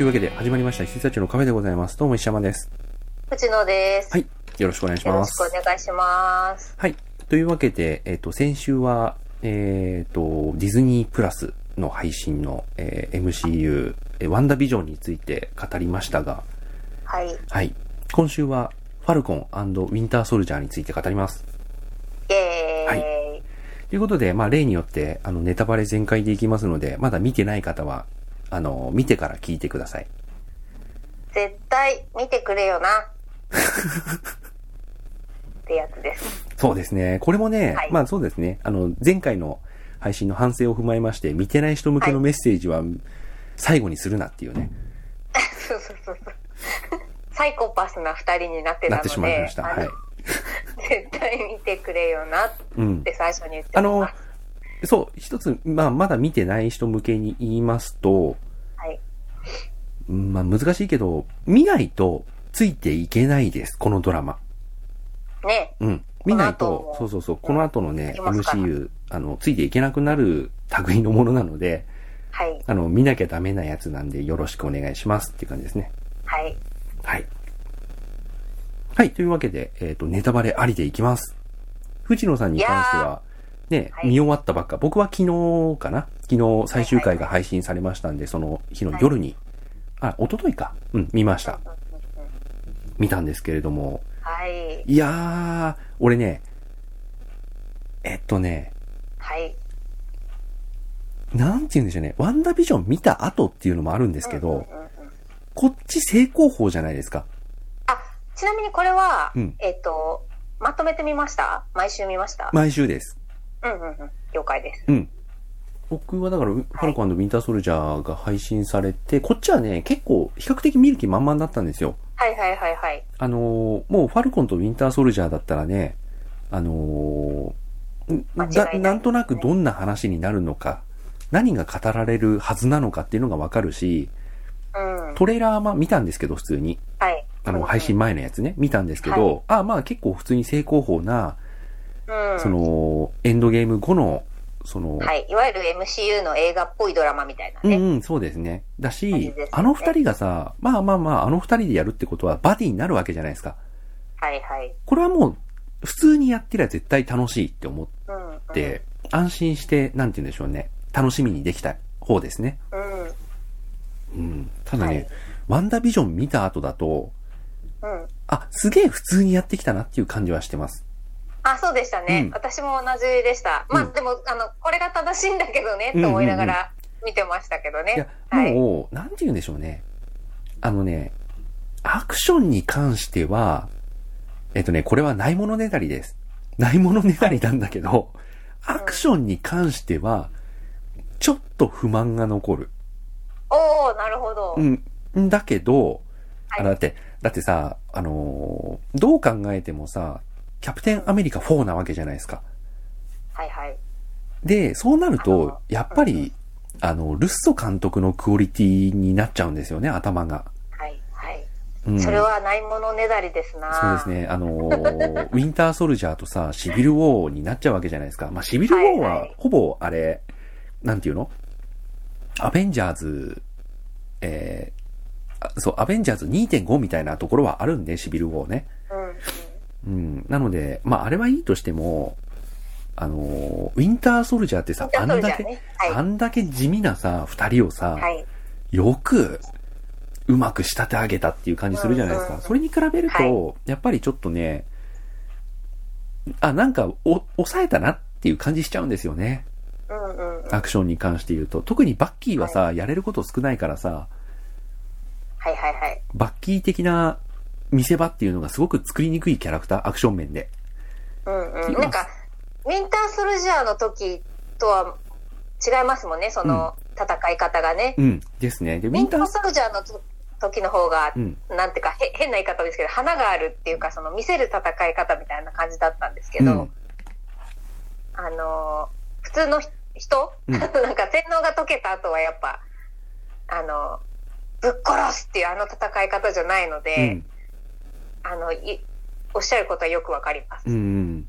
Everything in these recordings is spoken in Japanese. いうわけで始まりました、ひつたちのカフェでございます。どうも石山です。藤野です。はい。よろしくお願いしよろましす。くお願いします。はい。というわけで、えっ、と、先週は、えっ、と、ディズニープラスの配信の、えー MCU、えーワンダービジョンについて語りましたが、はい。イはい。今週は、ファルコンウィンターソルジャーについて語ります。エーはイ。ということで、まあ、例によって、あの、ネタバレ全開でいきますので、まだ見てない方は、あの、見てから聞いてください。絶対見てく れよな。ってやつです。 そうですね。これもね、はいまあそうですね。あの、前回の配信の反省を踏まえまして、見てない人向けのメッセージは最後にするなっていうね。そうそうそうそう。サイコパスな二人になってたなのっで、てしまいました。あはのい。絶対見てくれよなっうん。て最初に言ってあおりのます。、そう、一つ、まあまだ見てない人向けに言いますと、はい。うんまあ難しいけど、見ないとついていけないです、このドラマ。ね。うん。見ないこの後とも、そうそうそう、この後のね、いますから MCU、あの、ついていけなくなる類のものなので、はい。あの、見なきゃダメなやつなんでよろしくお願いしますっていう感じですね。はい。はい。はい、というわけで、えっ、と、ネタバレありでいきます。藤野さんに関していは、ね、はい見終わったばっか、僕は昨日かな昨日最終回が配信されましたんで、その日の夜に、あ、一昨日か。うん、見ました。うんうんうん見たんですけれども、はい。いやー、俺ね、えっとね、はい。なんて言うんでしょうね、ワンダービジョン見た後っていうのもあるんですけうんうんど、うんうんこっち正攻法じゃないですか。あ、ちなみにこれは、うんえっと、まとめてみました毎週見ました、毎週です。うんうんうん。了解です。うん。僕はだから、ファルコンウィンターソルジャーが配信されて、こっちはね、結構、比較的見る気満々だったんですよ。はいはいはいはい。あのーもうファルコンとウィンターソルジャーだったらね、あのーん間違いないななんとなくどんな話になるのか、何が語られるはずなのかっていうのがわかるし、うん。トレーラーま見たんですけど、普通に。はい。あの、配信前のやつね、見たんですけど、ああ、まあ結構普通に正攻法な、うん、その、エンドゲーム後の、その、はい。いわゆる MCU の映画っぽいドラマみたいなうんね。うん、そうですね。だし、感じですよねあの二人がさ、まあまあまあ、あの二人でやるってことはバディになるわけじゃないですか。はいはい。これはもう、普通にやってりゃ絶対楽しいって思うん、うん。って、安心して、なんて言うんでしょうね。楽しみにできた方ですね。うん。うん。うん。ただね、はいワンダービジョン見た後だと、あ、すげえ普通にやってきたなっていう感じはしてます。あ、そうでしたね。うん私も同じでした。まあ、うんでも、あの、これが正しいんだけどね、と思いながら見てましたけどいやね。、はいもう、なんて言うんでしょうね。あのね、アクションに関しては、えっとね、これはないものねだりです。ないものねだりなんだけど、アクションに関しては、ちょっと不満が残る。おおなるほど。うん。だけど、はいあの、だって、だってさ、あのーどう考えてもさ、キャプテンアメリカ4なわけじゃないですか。はいはい。で、そうなるあとの、やっぱり、あの、ルッソ監督のクオリティになっちゃうんですよね、頭が。はいはい。うん、それはないものねだりですな。そうですね。あの ーウィンターソルジャーとさ、シビルウォーになっちゃうわけじゃないですか。まあ、シビルウォーはいは、はいほぼ、あれ、なんていうのアベンジャーズ、えーあそう、アベンジャーズ2.5みたいなところはあるんで、シビルウォーね。うん。うん。うん。なので、まあ、あれはいいとしても、あのーウィンターソルジャーってさ、あんだけ、ね。はい。あんだけ地味なさ、二人をさ、はい。よく、うまく仕立て上げたっていう感じするじゃないですうんか。うんそれに比べるはと、やっぱりちょっとね、あ、なんか、お、抑えたなっていう感じしちゃうんですよね。うんうんうん。アクションに関して言うと。特にバッキーはさ、やれること少ないからさ、はいはいはい。バッキー的な見せ場っていうのがすごく作りにくいキャラクター、アクション面で。うんいうん。ますなんか、ウィンターソルジャーの時とは違いますもんね、その戦い方がね。うん、ですね。で、ウウィィンンタターー、ソルジャーのと時の方がう、ん、なんていうか、へ変な言い方ですけど、花があるっていうか、その見せる戦い方みたいな感じだったんですけうど、ん、あのー、普通のひ人、うん なんか洗脳が解けた後はやっぱ、あの、ぶっ殺すっていうあの戦い方じゃないのうで、ん、あの、いおっしゃることはよくわかります。うんうん。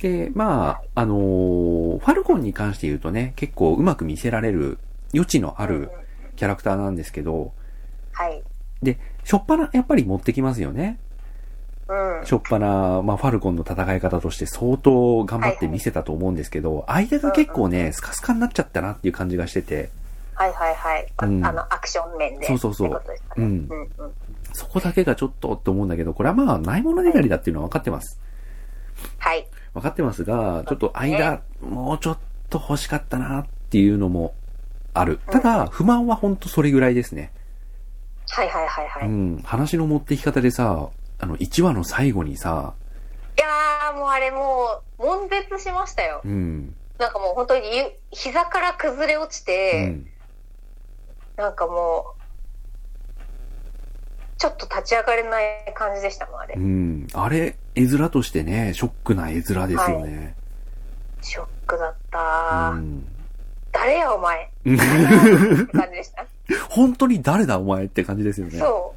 で、まあ、あのーファルコンに関して言うとね、結構うまく見せられる余地のあるうんキャラクターなんですけど、はい。で、しょっぱな、やっぱり持ってきますよね。うん。しょっぱな、まあ、ファルコンの戦い方として相当頑張って見せたと思うんですけど、相手が結構ね、スカスカになっちゃったなっていう感じがしてて、はいはいはい。あうんあの、アクション面で。そうそうそうってことですかうねんう。んうん。そこだけがちょっとって思うんだけど、これはまあ、ないものねだりだっていうのは分かってます。はい。分かってますが、ちょっと間、もうちょっと欲しかったなっていうのもある。ただ、不満はほんとそれぐらいですね。はいはいはいはうい。いん。話の持っていき方でさ、あの、1話の最後にさ、やー、もうあれもう、悶絶しましたよ。うん。なんかもう本当にゆ、膝から崩れ落ちうて、ん。なんかもう、ちょっと立ち上がれない感じでしたもん、あれう。ん。あれ、絵面としてね、ショックな絵面ですよね。ショックだった、うん。誰やお前うん って感じでした。本当に誰だお前って感じですよね。そ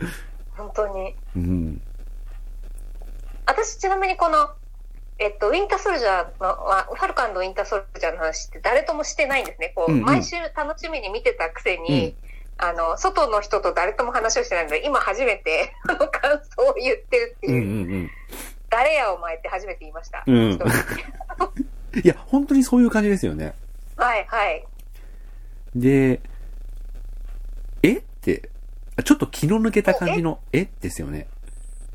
う。本当に。うん。私ちなみにこの、えっと、ウィンターソルジャーの、あファルカンのウィンターソルジャーの話って誰ともしてないんですね。こう、うんうん毎週楽しみに見てたくせに、あの、外の人と誰とも話をしてないので、今初めて、 あの、感想を言ってるってうんういう、ん誰やお前って初めて言いました。うん人にうん。いや、本当にそういう感じですよね。はい、はい。で、えって、ちょっと気の抜けた感じのえですよね。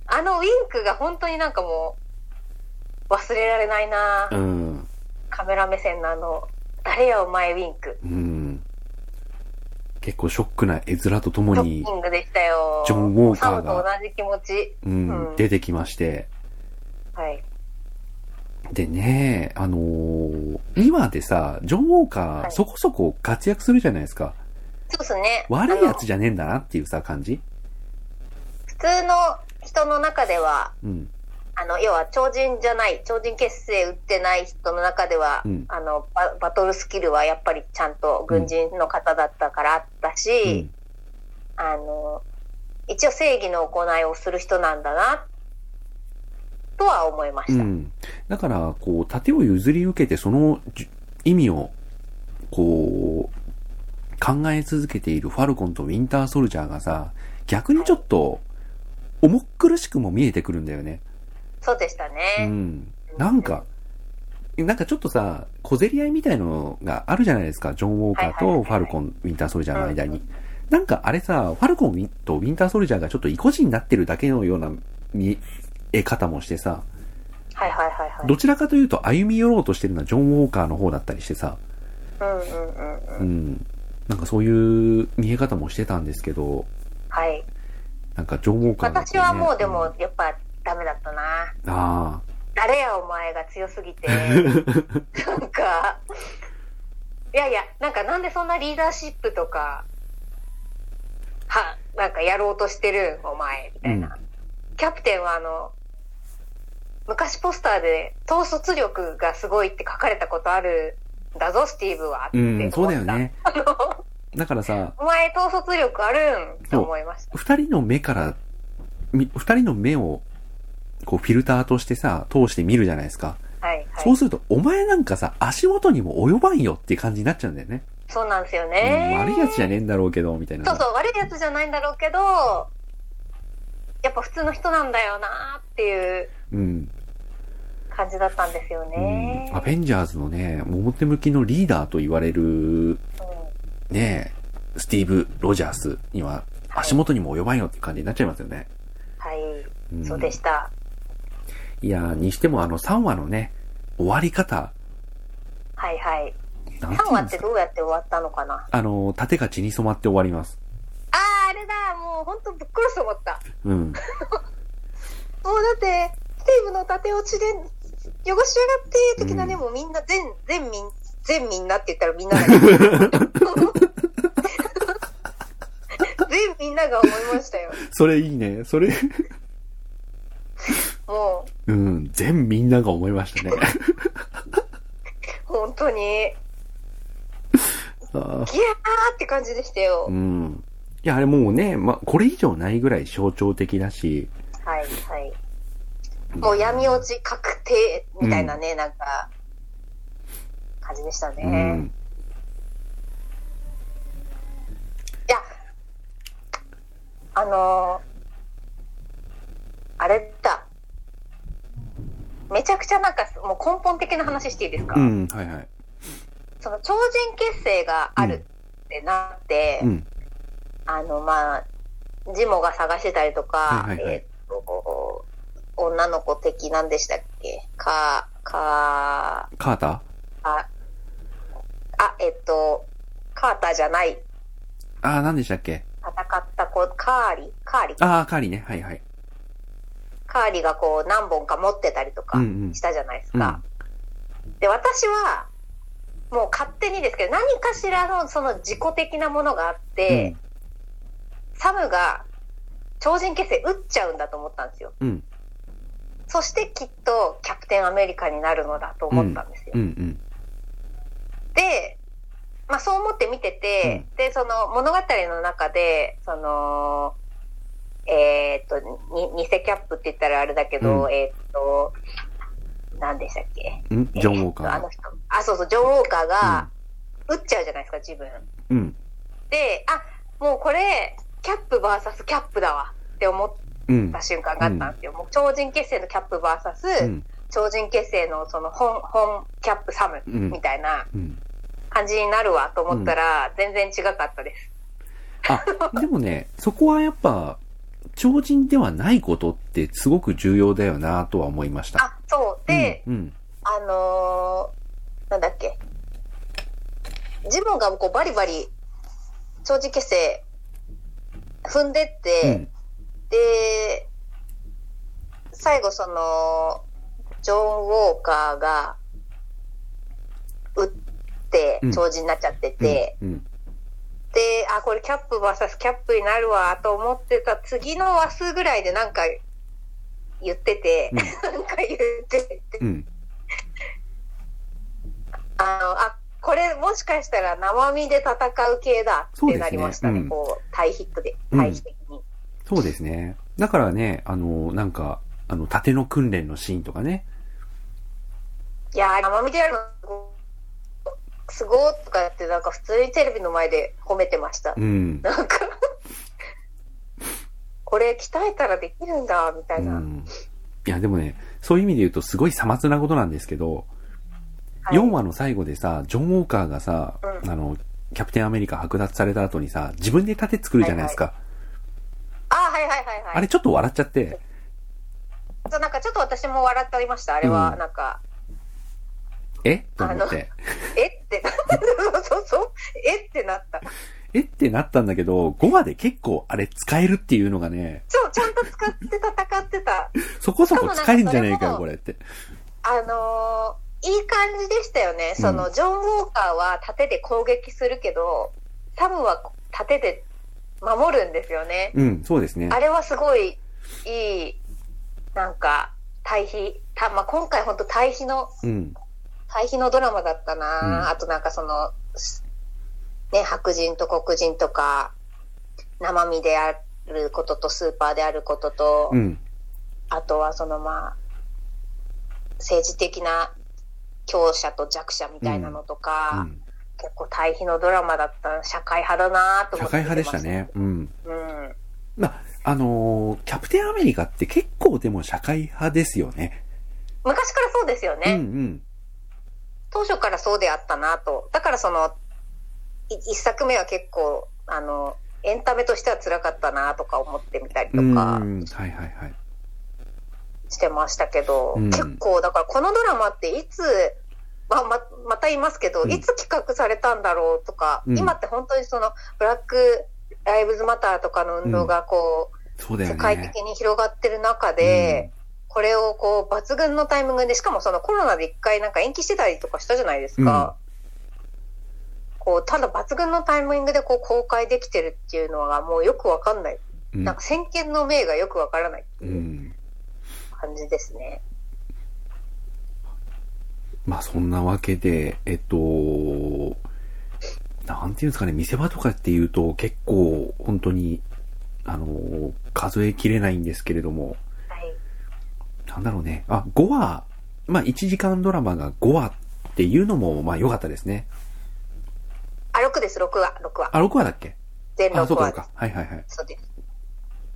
あのウィンクが本当になんかもう、忘れられないな、うん。カメラ目線のあの、誰やお前ウィンク。うん。結構ショックな絵面とともショにッ、キングでしたよ。ジョンウォーカーがサムと同じ気持ち。うんう、ん出てきまして。はい。でね、あのー、今でさ、ジョン・ウォーカー、はいそこそこ活躍するじゃないですか。そうですね。悪いやあつのじゃねえんだなっていうさ、感じ。普通の人の中では、うん。あの、要は超人じゃない、超人結成打ってない人の中では、うんあのバ、バトルスキルはやっぱりちゃんと軍人の方だったからあったし、うん。あの、一応正義の行いをする人なんだな、とは思いまうした。ん。だから、こう、盾を譲り受けて、そのじ意味を、こう、考え続けているファルコンとウィンターソルジャーがさ、逆にちょっと、重っ苦しくも見えてくるんだよね。そうでしたうね。ん。なんか、なんかちょっとさ、小競り合いみたいのがあるじゃないですか。ジョン・ウォーカーはいはいはいはといファルコン、ウィンター・ソルジャーの間うんうに。なんかあれさ、ファルコンウィンとウィンター・ソルジャーがちょっと意固地になってるだけのような見え方もしてさ、はいはいはいはい。どちらかというと歩み寄ろうとしてるのはジョン・ウォーカーの方だったりしてさ、うんうんうんうん。うん。なんかそういう見え方もしてたんですけど、はい。なんかジョン・ウォーカーだけ私ねはもうでも、やっぱダメだったな。ああ、 誰やお前が強す ぎて。なんか、いやいや、なんかなんでそんなリーダーシップとか、は、なんかやろうとしてるんお前、みたいな。キャプテンはあの、昔ポスターで統率力がすごいって書かれたことあるんだぞ、スティーブは。ってう思ん、ったそうだよ。ね。 あの、だからさ、お前統率力あるんって思いました。二人の目から、み二人の目を、こうフィルターとしてさ、通して見るじゃないですか。はい、はい。そうすると、お前なんかさ、足元にも及ばんよっていう感じになっちゃうんだよね。そうなんですようんね。悪いやつじゃねえんだろうけど、みたいな。そうそう、悪いやつじゃないんだろうけど、やっぱ普通の人なんだよなっていううん。感じだったんですようんね。。アベンジャーズのね、表向きのリーダーと言われる、うんねえ、スティーブ・ロジャースには、足元にも及ばんよっていう感じになっちゃいますよね。はい、んそうでした。いやー、にしてもあの3話のね、終わり方、はいはい。なんてい3話うんっですてかどうやって終わったのかなあの、盾が血に染まって終わります。あー、あれだ、もうほんとぶっ殺すと思った。うん。もうだって、スティーブの盾落ちで汚しやがって的なね、うんもうみんな全、全民、全民なって言ったらみ んなだけど全みんなが思いましたよ。それいいね。それ、 もう。うん、全みんなが思いましたね。本当に、ギあャーーって感じでしたよ。うん。いや、あれもうね、ま、これ以上ないぐらい象徴的だし、はい、はい。もう闇落ち確定みたいなね、なんか、感じでしたね。うん。いや、あのーあれだ。めちゃくちゃなんか、もう根本的な話していいですか、うん、はいはい。その超人結成があるってなって、うん。あの、まあ、ジモが探してたりとか、はいはいはいえーっと、女の子的なんでしたっけか、か、カータあ、あ、えーっと、カーターじゃない、ーあー、何でしたっけ戦った子、カーリカーリあー、カーリーね。はいはい。カーリがこう何本か持ってたりとかうんうんしたじゃないですうん。か。で、私は、もう勝手にですけど、何かしらのその自己的なものがあって、サムが超人結成打っちゃうんだと思ったんですよ。うん。うん。そしてきっとキャプテンアメリカになるのだと思ったんですよ。うん。うん。で、まあそう思って見てて、で、その物語の中で、その、えーっと、に偽キャップって言ったらあれだけど、うえーっと、何でしたっけうん。ジョン・ウォーカえっとあーの。人。あ、そうそう、ジョン・ウォーカーが、撃っちゃうじゃないですか、自分。うん。うん。で、あ、もうこれ、キャップ VS キャップだわって思っうんた。瞬間があったんですよ。もう超人結成のキャップ VS、うん。超人結成のその本、本キャップサムうんみたいなうん。感じになるわと思ったら、全然違かったです。あ、でもね、そこはやっぱ、超人ではないことってすごく重要だよなとは思いました。あ、そう。で、うん、うん。あのーなんだっけ。ジモンがこうバリバリ、長寿結成、踏んでって、うん。で、最後その、ジョン・ウォーカーが、打ってうん、長寿になっちゃってて、うん。で、あ、これキャップ VS キャップになるわ、と思ってた次の話数ぐらいでなんか言ってて、うん なんか言ってて、うん。あの、あ、これもしかしたら生身で戦う系だそっうてですねなりましたね、うんこう、対比ットで、うん対比的に。そうですね。だからね、あの、なんか、あの、盾の訓練のシーンとかね。いやー、生身でやるのすごーとかって、なんか普通にテレビの前で褒めてました。うん。なんか、これ鍛えたらできるんだ、みたういな。ん。いや、でもね、そういう意味で言うとすごいさまつなことなんですけど、はい4話の最後でさ、ジョン・ウォーカーがさ、うあの、キャプテンアメリカ剥奪された後にさ、自分で盾作るじゃないですか。あー、はいはいはいはい。あれちょっと笑っちゃって、そうなんかちょっと私も笑っておりました。あれはう、んなんか、えと思って。えって、 そうそう、えってなった。えってなったんだけど、5話で結構あれ使えるっていうのがね、そう、ちゃんと使って戦ってた。そこそこ使えるんじゃないかよ、しかこもれって。あのーいい感じでしたよね。その、ジョン・ウォーカーは盾で攻撃するけど、サムは盾で守るんですよね。うん、そうですねあ。れはすごいいい、なんか、対比。たまあ、今回本当対比の、うん、対比のドラマだったな、うんあとなんかその、すね、白人と黒人とか、生身であることとスーパーであることと、うん、あとはそのまあ、政治的な強者と弱者みたいなのとうか、ん。結構対比のドラマだった、社会派だなと社思って。会派でしたね。。うん。うん。あのーキャプテンアメリカって結構でも社会派ですよね。昔からそうですよね。うんうん。当初からそうであったなと。だからその、い一作目は結構、あの、エンタメとしては辛かったなとか思ってみたりとうん、かはいはいはい。してましたけど、うん結構、だからこのドラマっていつ、まあ、ま、また言いますけど、うんいつ企画されたんだろうとか、うん今って本当にその、ブラック・ライブズ・マターとかの運動がこう、そうだよ世ね。界的に広がってる中で、これをこう、抜群のタイミングで、しかもそのコロナで一回なんか延期してたりとかしたじゃないですか。こう、ただ抜群のタイミングでこう公開できてるっていうのはもうよくわかんない。うん、なんか先見の明がよくわからないってう。いうん感じですね。まあそんなわけで、えっと、なんていうんですかね、見せ場とかっていうと結構本当に、あのー数えきれないんですけれども、はい。なんだろうね。あ、5話、まあ1時間ドラマが5話っていうのもまあ良かったですね。あ、6です、6話、6話。あ、6話だっけ全あ、 6そうかそ話うでか。。すはいはいはい。そうです。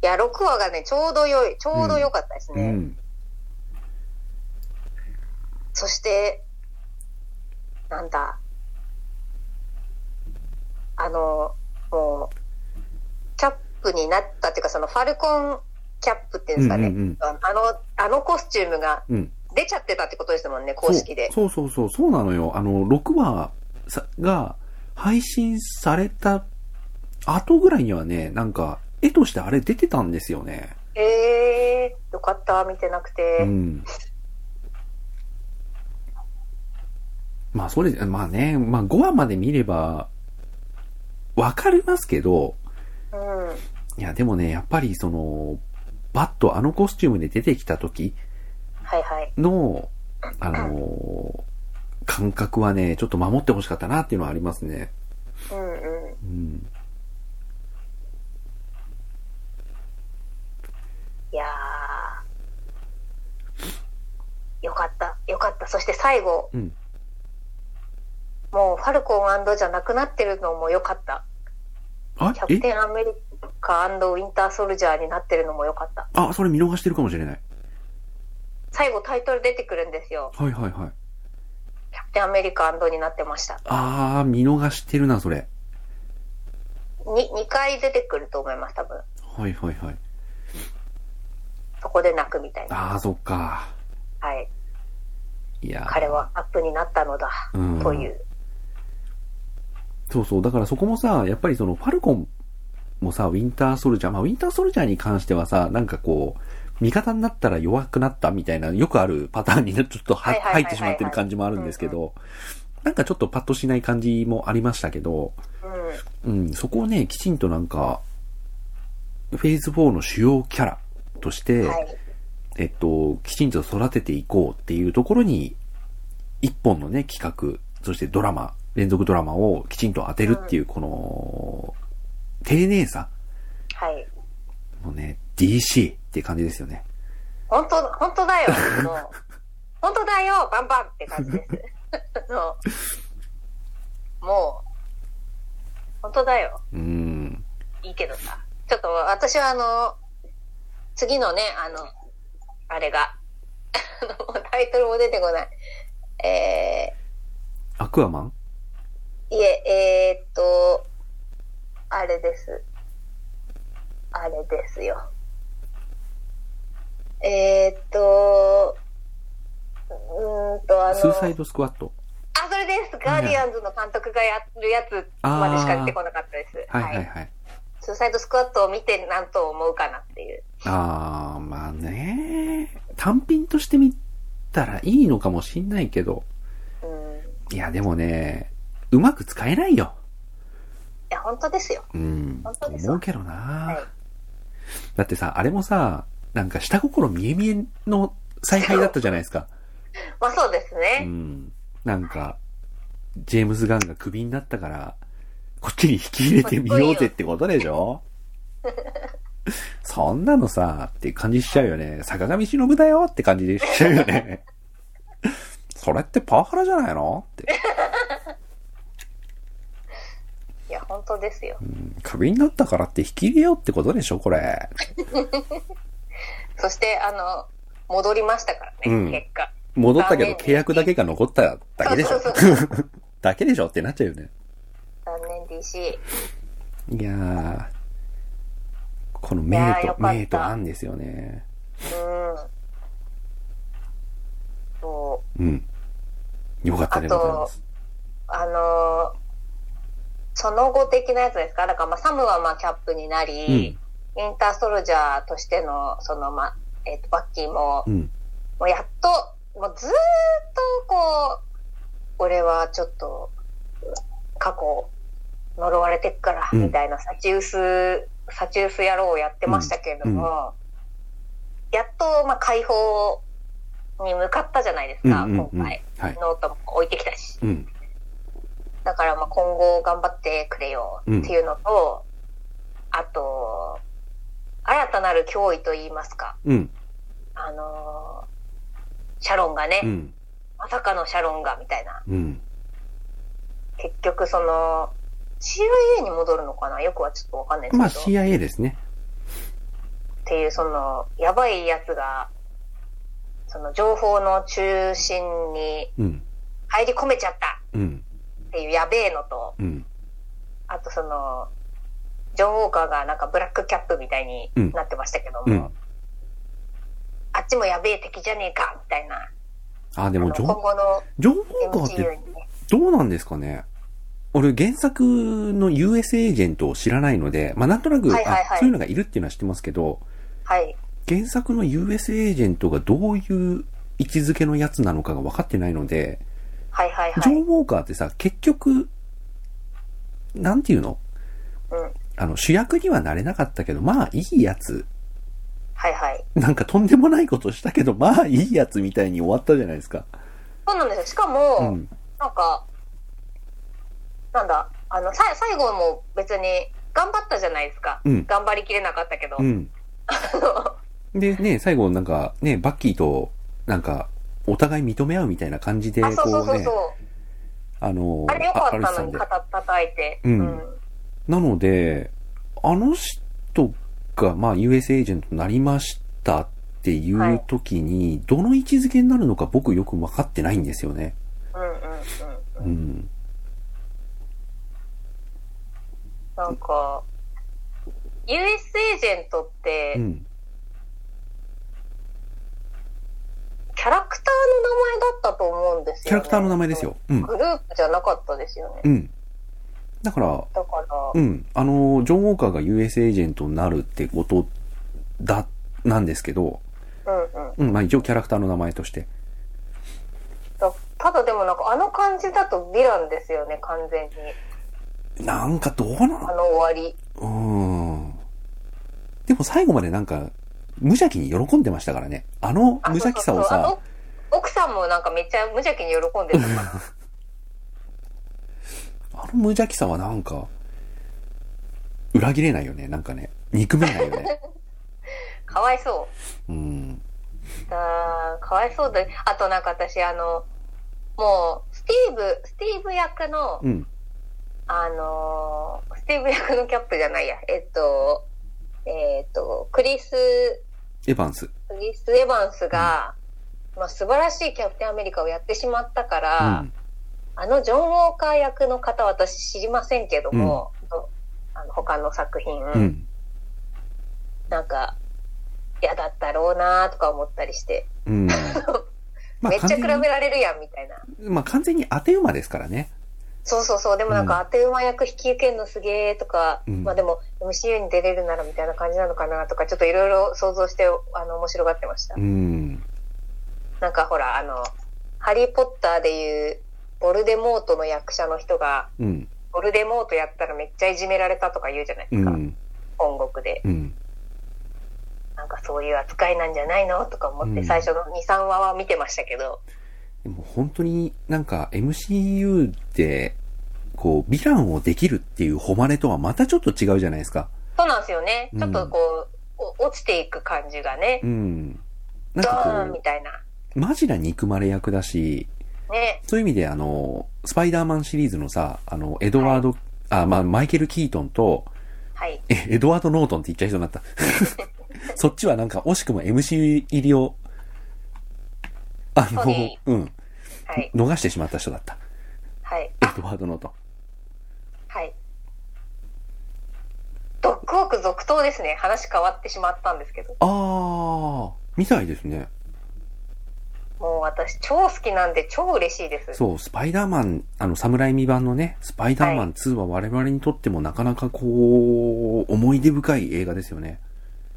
いや、6話がね、ちょうど良い、ちょうど良かったですうね。ん。そして、なんだ、あの、もう、キャップになったっていうか、そのファルコンキャップっていうんですかね。うんうんうんあの、あのコスチュームがうん。出ちゃってたってことですもんね、公式で。そうそうそうそう、そうなのよ。あの、6話さが配信された後ぐらいにはね、なんか、絵としてあれ出てたんですよね。えー、よかった、見てなくて。うん。まあ、それ、まあね、まあ5話まで見れば、わかりますけど、うん。いや、でもね、やっぱりその、バッとあのコスチュームで出てきた時はいはい。の、あのー感覚はね、ちょっと守ってほしかったなっていうのはありますね。うんうん。うん。いやー。よかった、よかった。そして最後、うんもうファルコンじゃなくなってるのもよかった。あキャプえテンアメリカウィンターソルジャーになってるのもよかった。あ、それ見逃してるかもしれない。最後タイトル出てくるんですよ。はいはいはい。キャプテンアメリカになってました。あー、見逃してるな、それ。に、2回出てくると思います、多分。はいはいはい。そこで泣くみたいな。あー、そっか。はい。いやー彼はアップになったのだ。うんという。そうそう。だからそこもさ、やっぱりそのファルコンもさ、ウィンターソルジャー、まあウィンターソルジャーに関してはさ、なんかこう、味方になったら弱くなったみたいな、よくあるパターンにねちょっとははいはいはいはい入ってしまってる感じもあるんですけど、なんかちょっとパッとしない感じもありましたけど、うん。うん、そこをね、きちんとなんか、フェーズ4の主要キャラとして、はい。えっと、きちんと育てていこうっていうところに、一本のね、企画、そしてドラマ、連続ドラマをきちんと当てるっていう、この、丁寧さはい。のね、DC って感じですよね。本当、本当だよ。もう本当だよ、バンバンって感じです。 あのもう、本当だよ。うん。いいけどさ。ちょっと私はあの、次のね、あの、あれが、 あのもうタイトルも出てこない。えアクアマンー、いえ、えー、っと、あれです。あれですよ。えー、っと、うーんと、あの、スーサイドスクワットあ、それです。ガーディアンズの監督がやるやつまでしか出てこなかったです。はいはいはい。。スーサイドスクワットを見て何と思うかなっていう。あー、まあね、単品として見たらいいのかもしんないけど、うん。いいやでもね、うまく使えないよ。や、本当ですよ。うん本。当です思うけどな、はい。だってさ、あれもさ、なんか下心見え見えの采配だったじゃないですか。まあそうですうね。ん。なんか、ジェームズ・ガンがクビになったから、こっちに引き入れてみようぜってことでし ょそんなのさ、って感じしちゃうよね。坂上忍だよって感じしちゃうよ ね。それってパワハラじゃないのって。いや、本当ですよ。クビになったからって引き入れようってことでしょこれ。そして、あの、戻りましたからね、うん結果。戻ったけど契約だけが残っただけでしょそう だけでしょってなっちゃうよね。残念 DC。いやー、このい名やーよとか、った名と案ですよね。うん。そう。うん。よかったでございます。あのーその後的なやつですかだから、まあ、サムはまあ、キャップになり、うん。インターソルジャーとしての、その、ま、えっ、と、バッキーも、うん。もうやっと、もうずーっと、こう、俺はちょっと、過去、呪われてっから、うんみたいな、サチウス、サチウス野郎をやってましたけれども、やっと、まあ、解放に向かったじゃないですうん。か、うん。今うん。は回い。。ノートも置いてきたし。うん。だからまあ今後頑張ってくれよっていうのと、あと、新たなる脅威と言いますか、うん。あのーシャロンがね、うん。まさかのシャロンがみたいな、うん。結局その、CIA に戻るのかなよくはちょっとわかんないでまあすけど、 CIA ですね。っていう、その、やばいやつが、その情報の中心にうん、入り込めちゃったうん、っていうやべえのと、うん、あとその、ジョン・ウォーカーがなんかブラックキャップみたいになってましたけども、うん。あっちもやべえ敵じゃねえか、みたいな。あ、でも、ジ今ョン、後のジョン・ウォーカーって MCU にね。どうなんですかね俺、原作の US エージェントを知らないので、まあ、なんとなく、はいはいはあ、いそういうのがいるっていうのは知ってますけど、はい。原作の US エージェントがどういう位置づけのやつなのかが分かってないので、はいはいはジョンい。・ウォーカーってさ、結局、なんていうのうん。あの、主役にはなれなかったけど、まあ、いいやつ。はいはい。なんかとんでもないことしたけど、まあ、いいやつみたいに終わったじゃないですか。そうなんですよ。しかうも、ん。なんか、なんだ、あの、さ最後も別に頑張ったじゃないですか。うん頑張りきれなかったけど。 うん。で、ね、最後なんか、ね、バッキーと、なんか、お互い認め合うみたいな感じで、あ、そうそこうそううねそう、。あの、あれ良かあ歩っいたてのにんで。肩叩いて。うんうんなので、あの人が、まあ、US エージェントになりましたっていう時に、どの位置づけになるのか僕よく分かってないんですよね。うんうんうんううん。ん。なんか、US エージェントって、うん。キャラクターの名前だったと思うんですよ、ね。キャラクターの名前ですよ。うん。グループじゃなかったですよね。うん。だから、だから、うん。あの、ジョン・ウォーカーが US エージェントになるってことだ、なんですけど、うんうん。うん、まあ一応キャラクターの名前として。だただでもなんかあの感じだとヴィランですよね、完全に。なんかどうなあのの終わり。うーん。でも最後までなんか、無邪気に喜んでましたからね。あのあ無邪気さをそうそうそうあさの、奥さんもなんかめっちゃ無邪気に喜ん でたから。あの無邪気さはなんか、裏切れないよね。なんかね、憎めないよ ね。かわいそう。うん。あーかわいそうだ。あとなんか私、あの、もう、スティーブ、スティーブ役の、うん。あのースティーブ役のキャップじゃないや。えっと、えっと、クリス、エヴァンス。クリス・エヴァンスが、まあ、素晴らしいキャプテンアメリカをやってしまったから、あのジョン・ウォーカー役の方私知りませんけども、あの他の作品、うん。うん。なんか、嫌だったろうなとか思ったりして、 うん。まめっちゃ比べ完全られるやんみたいな。にまあ完全に当て馬ですからね。そうそうそう。でもなんか、あっという間役引き受けるのすげえとか、うんまあでも、MCU に出れるならみたいな感じなのかなとか、ちょっといろいろ想像して、あの、面白がってました。うん。なんかほら、あの、ハリーポッターでいう、ボルデモートの役者の人が、うん。ボルデモートやったらめっちゃいじめられたとか言うじゃないでうすか。ん。本国で。うん。なんかそういう扱いなんじゃないのとか思っうて、ん最初の2、3話は見てましたけど。でも本当になんか MCU って、こう、ヴィランをできるっていう誉れとはまたちょっと違うじゃないですか。そうなんですよね。うんちょっとこう、お落ちていく感じがねう、ん。なんドーかンこみたいな。う、マジな憎まれ役だし、ね。そういう意味であの、スパイダーマンシリーズのさ、あの、エドワード、あ、まあ、マイケル・キートンと、はい。え、エドワード・ノートンって言っちゃいそうにな った。そっちはなんか惜しくも MC 入りを、あのそうね、うん、はい。逃してしまった人だった。はい。エドワード・ノートン。はい。ドッグウォーク続投ですね。話変わってしまったんですけど。あー、みたいですね。もう私超好きなんで超嬉しいです。そう、スパイダーマン、あの、サムライミ版のね、スパイダーマン2は我々にとってもなかなかこう、思い出深い映画ですよね。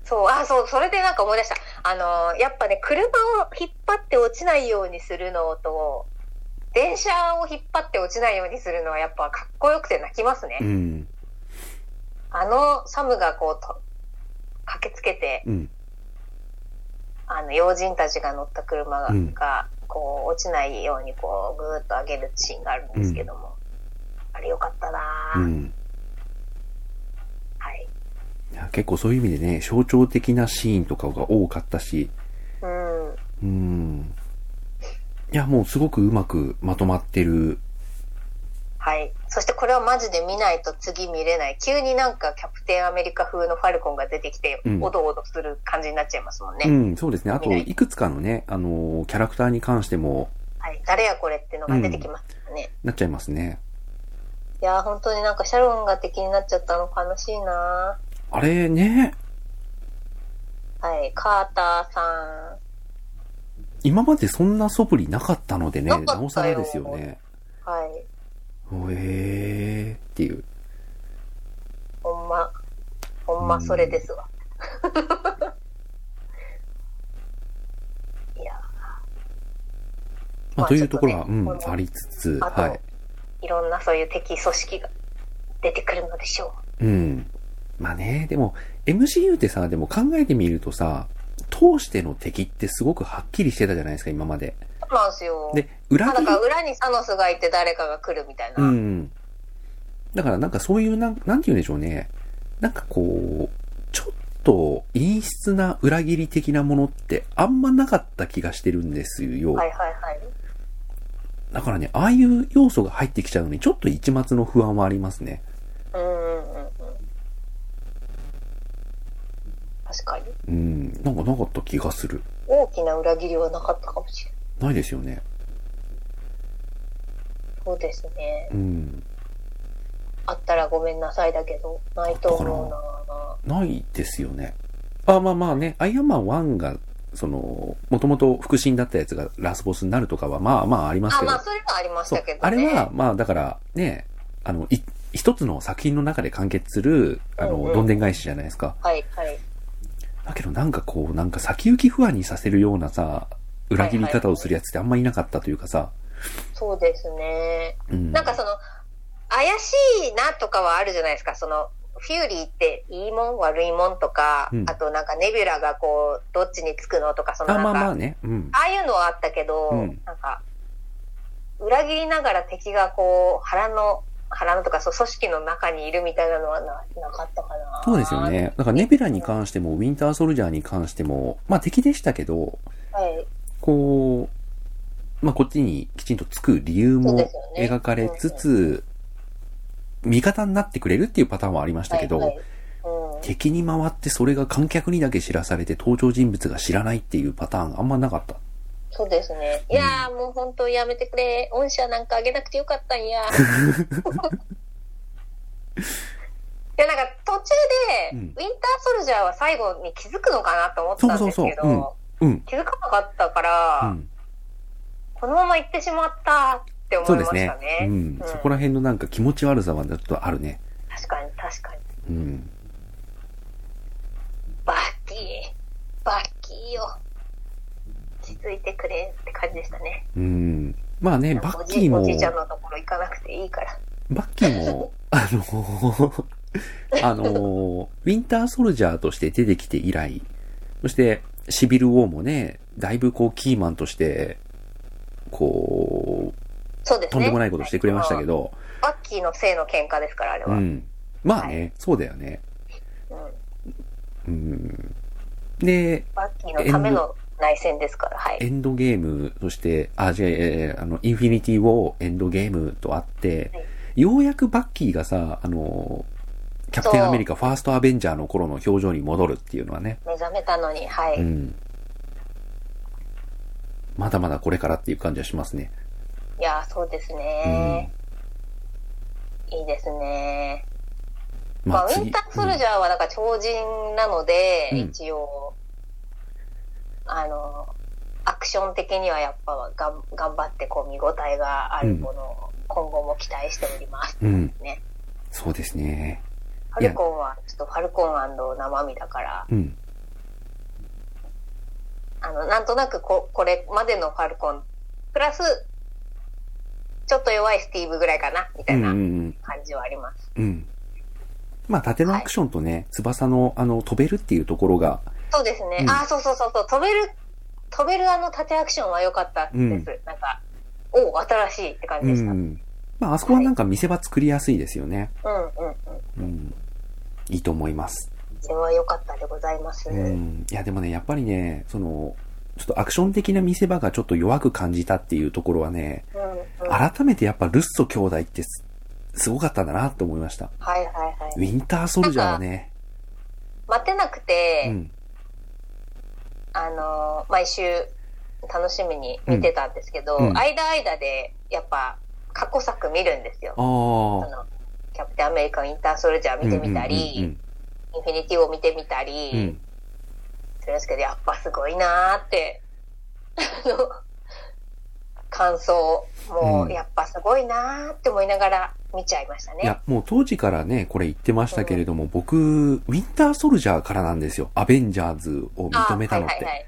そう、あ、そう、それでなんか思い出した。あのーやっぱね、車を引っ張って落ちないようにするのと、電車を引っ張って落ちないようにするのはやっぱかっこよくて泣きますね。うん、あのサムがこうと、駆けつけて、うん、あの、要人たちが乗った車が、うんこう、落ちないように、こう、ぐーっと上げるシーンがあるんですけども。あれよかったなうぁ、ん。はい。いや結構そういう意味でね、象徴的なシーンとかが多かったし、うん。うん。いや、もうすごくうまくまとまってるはい。そしてこれはマジで見ないと次見れない。急になんかキャプテンアメリカ風のファルコンが出てきてう、んおどおどする感じになっちゃいますもんね。うん、そうですね。あと、見ないいくつかのね、あのーキャラクターに関しても、はい。誰やこれってのが出てきますよね。なっちゃいますね。いやー、本当になんかシャロンが敵になっちゃったの悲しいなあれね、ーはい。カーターさ今までそんな素振りなかったのでね、ななかったよおさらですよね。ん。はい。おえーっていう。ほんま、ほんまそれですわ。 いやまあ、まあというところは、ちょっとうねん、ありつつ、あとはい。ー、いろんなそういう敵組織が出てくるのでしょうん。まあね、でも、MCU ってさ、でも考えてみるとさ、通しての敵ってすごくはっきりしてたじゃないですか、今まで。う。そうなんですよ。で、裏あ切なんりか裏にサノスがいて誰かが来るみたいな。うん。だからなんかそういうなん、なんて言うんでしょうね。なんかこう、ちょっと陰湿な裏切り的なものってあんまなかった気がしてるんですよ。はいはいはい。だからね、ああいう要素が入ってきちゃうのにちょっと一末の不安はありますね。うんうんうんうん。確かに。うん。なんかなかった気がする。大きな裏切りはなかったかもしれない。ないですよね。そうですね。うん。あったらごめんなさいだけど、ないと思うなないですよね。あ、まあまあね、アイアンマン1が、その、もともと腹心だったやつがラスボスになるとかは、まあまあありますあ、けど。まあそれはありましそたうけどね。あれは、まあだからね、あの、い一つの作品の中で完結する、あの、うんうんどんでん返しじゃないですか。はいはい。だけどなんかこう、なんか先行き不安にさせるようなさ、裏切り方をするやつってあんまいなかったというかさ、そうですね。うん。なんかその、怪しいなとかはあるじゃないですか。その、フューリーっていいもん悪いもんとか、うんあとなんかネビュラがこう、どっちにつくのとか、そのあ、なんまか、あまあね、うん。ああいうのはあったけど、うんなんか、裏切りながら敵がこう、腹の、腹のとか、そう、組織の中にいるみたいなのはななかったかな。そうですよ。ね。だからネビラに関しても、ウィンターソルジャーに関しても、まあ敵でしたけど、はい。こう、まあこっちにきちんとつく理由そうもですよね描かれつつ、味方になってくれるっていうパターンはありましたけど、はいはいうん敵に回ってそれが観客にだけ知らされて登場人物が知らないっていうパターンあんまなかった。そうですね。いやー、もう本当やめてくれ。御社なんかあげなくてよかったん や。いや、なんか途中で、うんウィンターソルジャーは最後に気づくのかなと思ったんですけど、そうそうそううん。気づかなかったかうら、ん、このまま行ってしまったって思そういでましすたねね。うん。そこら辺のなんか気持ち悪さはちょっとあるね。確かに、確かに。うん。バッキー、バッキーよ。落ち着いてくれって感じでしたね。うん。まあね、バッキーおもじ、いちゃんのところ行かなくていいから。バッキー も、あのーあのーウィンターソルジャーとして出てきて以来、そして、シビルウォーもね、だいぶこう、キーマンとして、こう、そうですね。とんでもないことしてくれましたけど。ど、バッキーの性の喧嘩ですから、あれうは。ん。まあね、そうだよね。うんうん。で、バッキーのための内戦ですから、はい。エンドゲーム、そして、あ、違う、えーあの、インフィニティウォーエンドゲームとあって、はいようやくバッキーがさ、あの、キャプテンアメリカファーストアベンジャーの頃の表情に戻るっていうのはね、目覚めたのに、はい。うん。まだまだこれからっていう感じはしますね。いやー、そうですね、いいですね。まあ、ウィンターソルジャーは、だから超人なので、うん一応、あの、アクション的にはやっぱがん頑張ってこう見応えがあるものを今後も期待しております。うん。うんね。そうですね。ファルコンは、ちょっとファルコン生身だから、うん。あの、なんとなくこ、これまでのファルコン、プラス、ちょっと弱いスティーブぐらいかな、みたういんなうん感うん。じはあります。うん。まあ、縦のアクションとね、翼の、あの、飛べるっていうところが、そうですね。うんああ、そうそうそうそう、飛べる、飛べるあの縦アクションは良かったです。うんなんか、おお、新しいって感じでした。ううん、ん。まあ、あそこはなんか見せ場作りやすいですよね。うん、うん。うん。いいと思います。それは良かったでございます。ううん、ん。いや、でもね、やっぱりね、その、ちょっとアクション的な見せ場がちょっと弱く感じたっていうところはね、うん。改めてやっぱルッソ兄弟ってすすごかったんだなと思いました。はいはいはウい。ィンターソルジャーはね、待てなくうて、ん。あのー毎週楽しみに見てたんですけど、うんうん間間でやっぱ過去作見るんですよ。あそあ。のキャプテンアメリカン・インター・ソルジャー見てみたり、うんインフィニティを見てみたり、うんうんうん。するんですけど、やっぱすごいなーって、あの、感想、もうんうやっぱすごいなーって思いながら見ちゃいましたいね。や、もう当時からね、これ言ってましたけれども、僕、ウィンターソルジャーからなんですよ。アベンジャーズをあ認めたのっはいはて。いはい。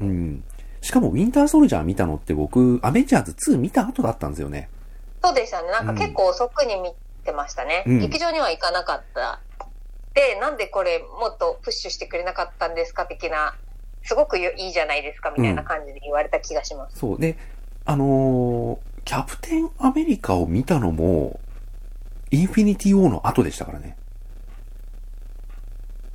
うんうん。うん。しかも、ウィンターソルジャー見たのって僕、アベンジャーズ2見た後だったんですよね。そうでしたね。なんか結構遅くに見てましたね。うん劇場には行かなかった。で、なんでこれもっとプッシュしてくれなかったんですか的な、すごくよいいじゃないですかみたいな感じで言われた気がします。そう。で、あのーキャプテンアメリカを見たのも、インフィニティ・ウォーの後でしたからね。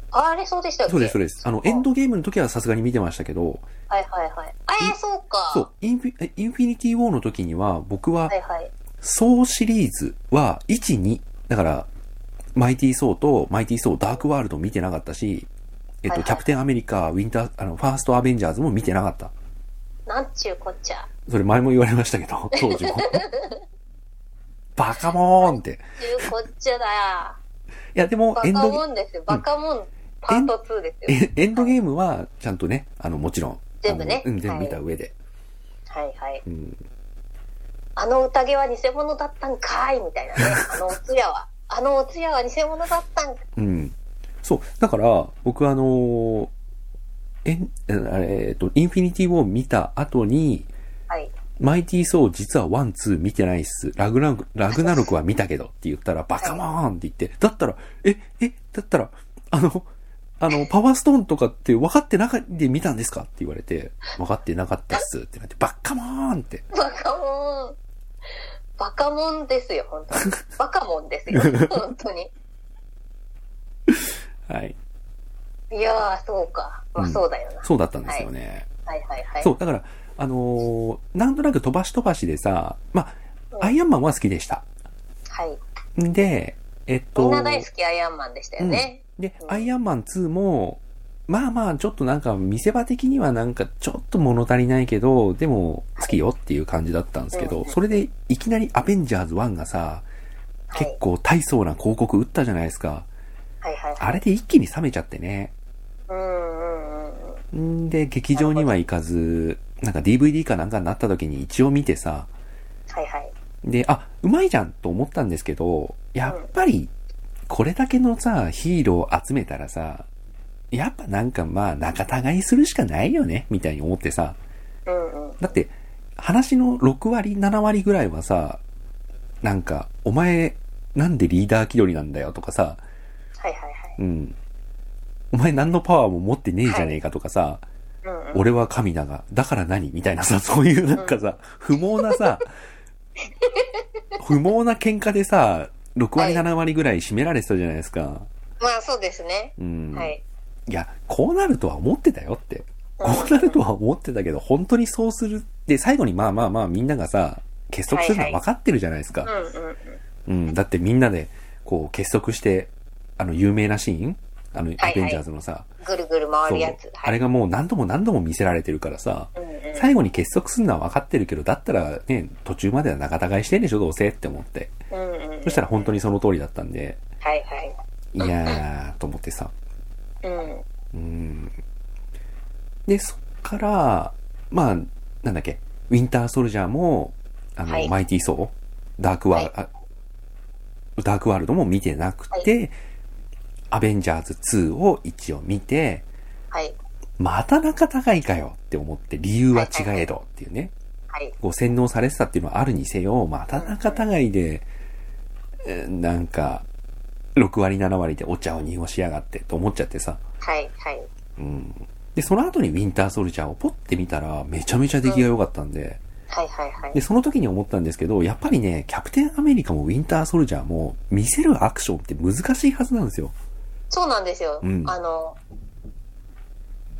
あれそうでしたっけそうです、そうです。あの、エンド。ドゲームの時はさすがに見てましたけど、はいはいはい。えー、そうか。そう、インフィえインフィニティ・ウォーの時には、僕はは、いはい。ソーシリーズは1、2。だから、マイティー・ソーと、マイティー・ソー・ダークワールド見てなかったし、えっはいと、はいキャプテン・アメリカ、ウィンター、あの、ファースト・アベンジャーズも見てなかった。なんちゅうこっちゃ。それ前も言われましたけ ど、当時も。バカモーンって。ちゅうこっちゃだ。いや、でもバ、エンカドゲモンですよ。バカモンパート2ですよ。えエンドゲームは、ちゃんとね、あの、もちろん。全部ねあのうん、全部はい見た上で。はいはい。うん。あの宴は偽物だったんかいみたいな ね。あのお通夜は。あのお通夜は偽物だったんかうん。そう。だから、僕あのーえん、えあれ、えっと、インフィニティウォー見た後に、はい。マイティーソー実はワン、ツー見てないっす。ラグナロク、ラグナロクは見たけどって言ったら、バカモーンって言って、だったら、え、え、だったら、あの、あの、パワーストーンとかって分かってなかで見たんですかって言われて、分かってなかったっすってなって、バッカモーンって。バカモン。バカモンですよ、本 当に。バカモンですよ、本当に。はい。いやー、そうか。まあうんそうだよな。そうだったんですよね。はいはいはい。そう、だから、あのーなんとなく飛ばし飛ばしでさ、まうんあ、アイアンマンは好きでした。はい。んで、えっと、みんな大好きアイアンマンでしたよね。で、うんアイアンマン2も、まあまあ、ちょっとなんか見せ場的にはなんかちょっと物足りないけど、でも好きよっていう感じだったんですけうんど、うんそれでいきなりアベンジャーズ1がさ、は結い。構大層な広告打ったじゃないですか。はいはいはい。あれで一気に冷めちゃってね。うんうんうんうん。んで、劇場には行かず、なんか DVD かなんかになった時に一応見てさ、はいはい。で、あ、うまいじゃんと思ったんですけど、やっぱり、これだけのさ、ヒーロー集めたらさ、やっぱなんかまあ仲違いするしかないよね、みたいに思ってさ。うんうん。だって、話の6割、7割ぐらいはさ、なんか、お前、なんでリーダー気取りなんだよとかさ、はいはいはい。うん。お前何のパワーも持ってねえじゃねえかとかさ、うんうん。俺は神だが、だから何みたいなさ、 そういうなんかさ、不毛な さ、不毛な喧嘩でさ、6は割い7割ぐらい占められてたじゃないですか。まあそうですね。うん。はい。いや、こうなるとは思ってたよって。こうなるとは思ってたけど、本当にそうする。で、最後にまあまあまあみんながさ、結束するのは分かってるじゃないですか。うんうんうん。うん。だってみんなで、こう結束して、あの、有名なシーンあの、はいアベンジャーズのさ、ぐるぐる回るやそつう。あれがもう何度も何度も見せられてるからさ、うんうん最後に結束するのは分かってるけど、だったらね、途中までは仲違いしてんでしょ、どうせって思って。うんうんうんそしたら本当にその通りだったんで、はいはい。いやー、と思ってさ。うん。うん。で、そっから、まあ、なんだっけ、ウィンターソルジャーも、あの、はいマイティー・ソー、ダークワール、あダークワールドも見てなくて、アベンジャーズ2を一応見て、はい。また仲高いかよって思って、理由は違えどっていうね。はい。こう洗脳されてたっていうのはあるにせよ、また仲違いで、えーなんか、6割7割でお茶を濁しやがってと思っちゃってさ。はい。はい。うん。で、その後にウィンターソルジャーをポッて見たら、めちゃめちゃ出来が良かったんで、はい。はい。はいで、。その時に思ったんですけど、やっぱりね、キャプテンアメリカもウィンターソルジャーも、見せるアクションって難しいはずなんですよ。そうなんですよ。うんあの、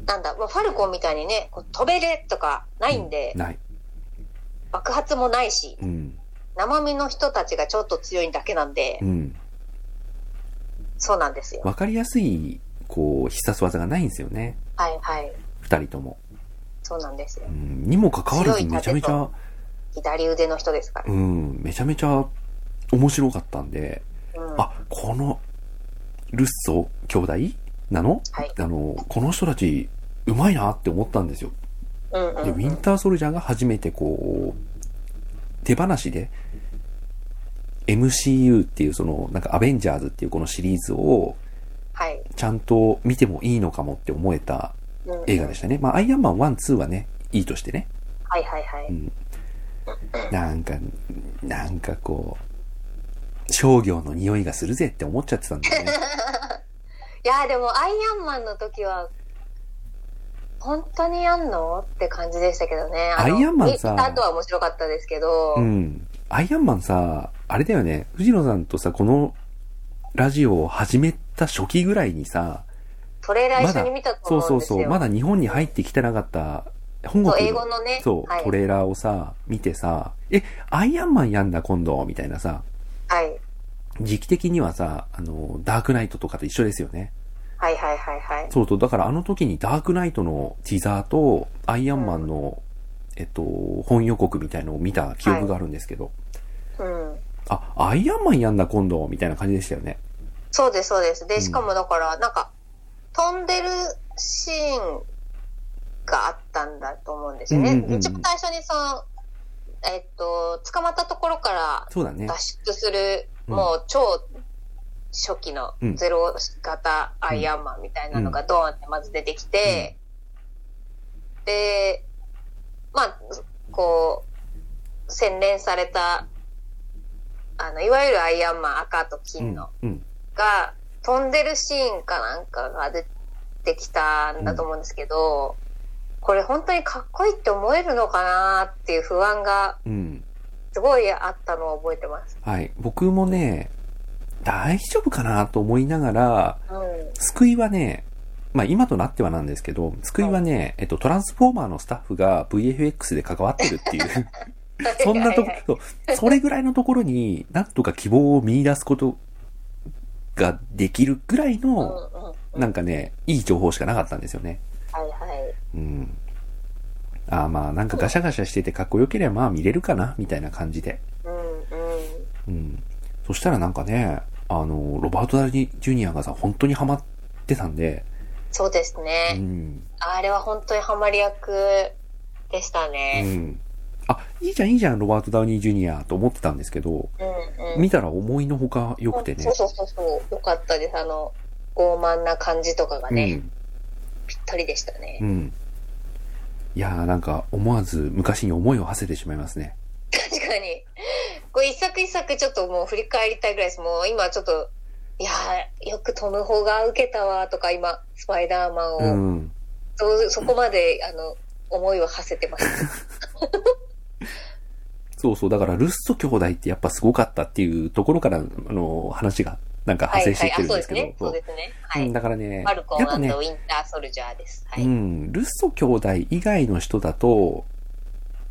なんだ、まあ、ファルコンみたいにね、こう飛べるとかないんで、ない。爆発もないし、うん。生身の人たちがちょっと強いだけなんでう、ん。そうなんですよ。わかりやすい、こう、必殺技がないんですよね。はいはい。二人とも。そうなんですよう。ん。にもかかわらず、強いめちゃめちゃ、左腕の人ですからう。ん、めちゃめちゃ面白かったんで、うん。あ、この、ルッソ兄弟なの、はいあの、この人たち、うまいなって思ったんですよ。うんで、うウんうィンん。ターソルジャーが初めてこう、手放しで、MCU っていうその、なんかアベンジャーズっていうこのシリーズを、はい。ちゃんと見てもいいのかもって思えたうん映画でしたね。まあ、アイアンマン1、2はね、いいとしてね。はいはいはうい。ん。なんか、なんかこう、商業の匂いがするぜって思っちゃってたんだよ ね。いやーでも、アイアンマンの時は、本当にやんのって感じでしたけどね。あのアイアンマンさ見た後は面白かったですけど、うん。アイアンマンさ、あれだよね、藤野さんとさ、このラジオを始めた初期ぐらいにさ、トレーラーま一緒だに見た、とそ思ううんそでうすよ。そう、まだ日本に入ってきてなかった、本そう国英語のね、そう、はいトレーラーをさ、見てさ、え、アイアンマンやんだ今度、みたいなさ、はい時期的にはさ、あの、ダークナイトとかと一緒ですよね。はいはいはいはい。そうそう、だからあの時にダークナイトのティザーと、アイアンマンの、えっと、本予告みたいのを見た記憶があるんですけど、うん。あ、アイアンマンやんだ今度、みたいな感じでしたよね。そうです、そうです。うで、んしかもだから、なんか、飛んでるシーンがあったんだと思うんですようんうんうんうね。ん一番最初にその、えっと、捕まったところかそうだねら。脱出する、うんもう超初期のうんゼロ型アイアンマンみたいなのがドーンってまず出てきて、で、まあ、こう、洗練された、あの、いわゆるアイアンマン赤と金の、うん。うん。が飛んでるシーンかなんかが出てきたんだと思うんですけど、これ本当にかっこいいって思えるのかなっていう不安がうん。すごいあったのを覚えてます。はい。僕もね、大丈夫かなと思いながら、うん。救いはね、まあ今となってはなんですけど、救いはね、えっと、トランスフォーマーのスタッフが VFX で関わってるっていう、そんなとこはいはい、そうそれぐらいのところに、なんとか希望を見出すことができるぐらいの、はい うんうんなんかね、いい情報しかなかったんですよね。はいはい。うん。ああまあ、なんかガシャガシャしててかっこよければまあ見れるかな、みたいな感じで。うんうん。うん。そしたらなんかね、あの、ロバート・ダウニー・ジュニアがさ、本当にハマってたんで、そうですうね。ん。あれは本当にハマり役でしたうね。ん。あ、いいじゃん、いいじゃん、ロバート・ダウニー・ジュニアと思ってたんですけど、うんうん。見たら思いのほか良くてねそう。そうそうそう。よかったです。あの、傲慢な感じとかがうね、ん。ぴったりでしたね。うん。いやーなんか思わず昔に思いを馳せてしまいますね。確かに。これ一作一作ちょっともう振り返りたいぐらいです。もう今ちょっと、いやー、よくトム・ホが受けたわとか今、スパイダーマンうを、ん。そそこまで、あの、思いを馳せてます。そうそう、だからルッソ兄弟ってやっぱすごかったっていうところから、あの、話がなんかは派い生してはいっ。てあ、るんそうでですすけど、ね。そうですね。はうんい。だからねマルコ、ンやっウぱィンね、ター・ソルジャーです。はうい。ん、ルッソ兄弟以外の人だと、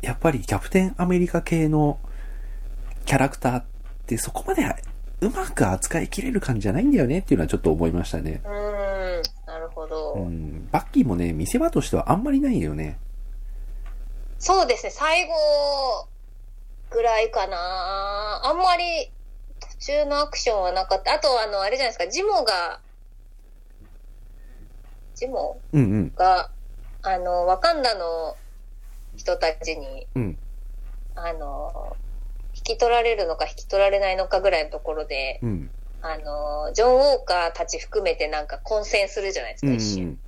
やっぱりキャプテンアメリカ系のキャラクターってそこまでうまく扱いきれる感じじゃないんだよねっていうのはちょっと思いましたね。うーん、なるほど。うん、バッキーもね、見せ場としてはあんまりないよね。そうですね、最後ぐらいかな。あんまり途中のアクションはなかった。あと、あの、あれじゃないですか、ジモが、ジモうんうん、が、あの、ワカンダの人たちに、うん、あの、引き取られるのか引き取られないのかぐらいのところで、うん、あの、ジョン・ウォーカーたち含めてなんか混戦するじゃないですうん、か、う一瞬。ん。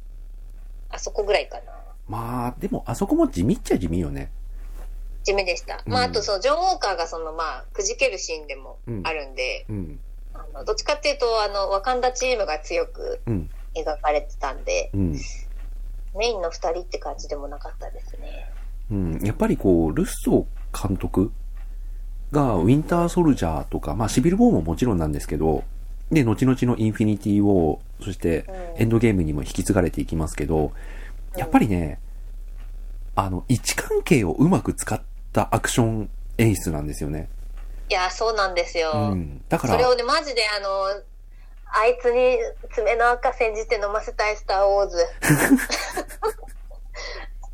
あそこぐらいかな。まあ、でもあそこも地味っちゃ地味よね。地味でした。うんまあ、あとその、ジョン・ウォーカーがその、まあ、くじけるシーンでもうんあ、るんで、うん、あの、どっちかっていうと、あの、ワカンダチームが強くうん、描かれてたんで、うん。メインの二人って感じでもなかったですね。うん、やっぱりこう、ルッソ監督が、ウィンターソルジャーとか、まあ、シビル・ウォーももちろんなんですけど、で、後々のインフィニティ・ウォー、そして、エンドゲームにも引き継がれていきますけど、やっぱり、りね、あの、位置関係をうまく使ったアクション演出なんですよね。いや、そうなんですよ。うん。だかそれらを、ね、マジであの、あいつに爪の赤煎じて飲ませたいスターウォーズ。 あんな